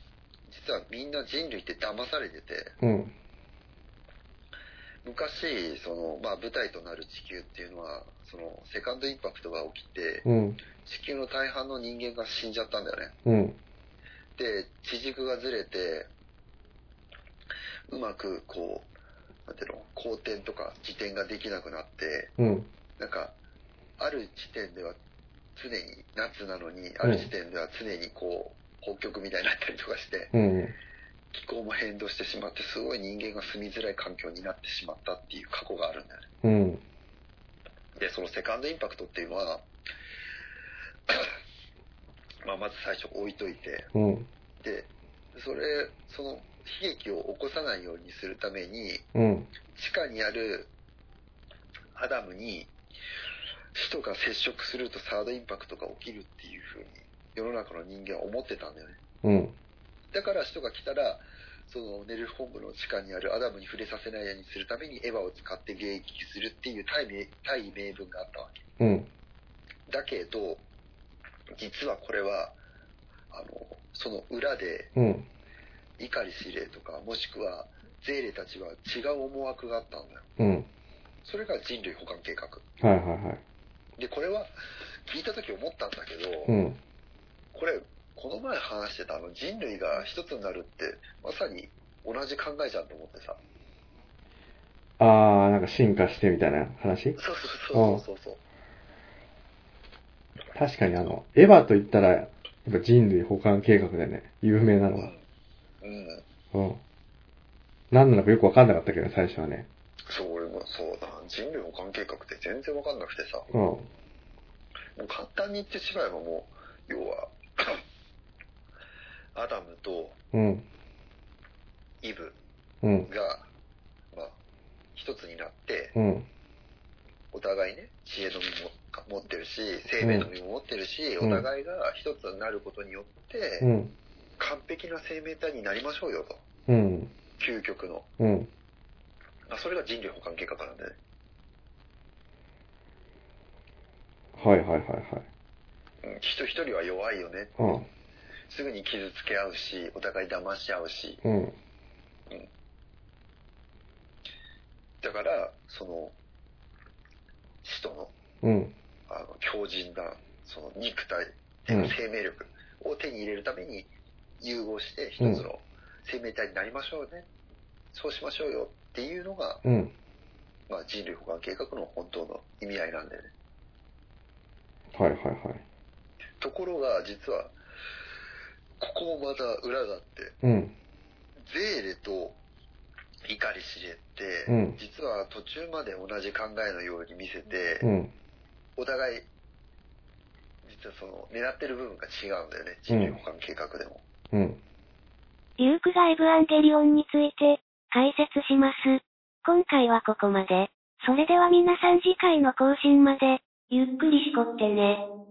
B: [coughs] 実はみんな人類って騙されてて、
A: うん。
B: 昔、その、まあ舞台となる地球っていうのは、その、セカンドインパクトが起きて、
A: うん。
B: 地球の大半の人間が死んじゃったんだよね。
A: うん。
B: で、地軸がずれて、うまくこう、なんていうの、公転とか自転ができなくなって、
A: うん。
B: なんか、ある地点では常に夏なのに、ある地点では常にこう、北極みたいになったりとかして、
A: うん。
B: 気候も変動してしまって、すごい人間が住みづらい環境になってしまったっていう過去があるんだよね。
A: うん。
B: で、そのセカンドインパクトっていうのは、 [coughs] まあまず最初置いといて、
A: うん。
B: で、それ、その悲劇を起こさないようにするために、
A: うん。
B: 地下にあるアダムに使徒が接触するとサードインパクトが起きるっていう風に世の中の人間は思ってたんだよね。
A: うん。
B: だから使徒が来たら、そのネルフ本部の地下にあるアダムに触れさせないようにするためにエヴァを使って迎撃するっていう大名大義名分があったわけ。
A: うん。
B: だけど、実はこれは、あの、その裏で
A: うん。
B: 怒り司令とか、もしくはゼーレたちは違う思惑があったんだよ。
A: うん。
B: それが人類保管計画。
A: はいはいはい。
B: で、これは聞いた時思ったんだけど、
A: うん。
B: これ、この前話してたあの人類が一つになるって、まさに同じ考えじゃんと思ってさ。
A: あー、なんか進化してみたいな話
B: そうそうそうそうそう。
A: 確かにあの、エヴァと言ったら、やっぱ人類保管計画でね、有名なのは。
B: うん。うん。
A: うん。何なのかよくわかんなかったけど、最初はね。
B: そう、俺もそうだ。人類保管計画って全然わかんなくてさ。
A: うん。
B: もう簡単に言ってしまえばもう、要は、アダムと
A: うん。
B: イブ
A: うん。
B: が、まあ、一つになって、
A: うん。
B: お互いね、知恵の実も持ってるし、生命の実も持ってるし、
A: うん
B: お互いが一つになることによって、
A: うん。
B: 完璧な生命体になりましょうよと。
A: うん。
B: 究極の。
A: うん。
B: あそれが人類補完計画なんで、
A: はいはいはい
B: うん、人一人は弱いよね。
A: はい。
B: すぐに傷つけ合うし、お互い騙し合うし。
A: うん。うん。
B: だから、その、使徒の、
A: うん。
B: あの、強靭な、その肉体、
A: うん
B: 生命力を手に入れるために融合して一つの生命体になりましょうね。そうしましょうよっていうのが、
A: うん。
B: まあ、人類保管計画の本当の意味合いなんでね。
A: はいはいはい。
B: ところが、実は、ここもまた裏があって、
A: うん。
B: ゼーレと碇シジェって、
A: うん
B: 実は途中まで同じ考えのように見せて、
A: うん。
B: お互い、実はその、狙ってる部分が違うんだよね。人類保管計画でも。
A: うん。
C: リュークがエヴァンゲリオンについて解説します。今回はここまで。それでは皆さん次回の更新まで、ゆっくりしこってね。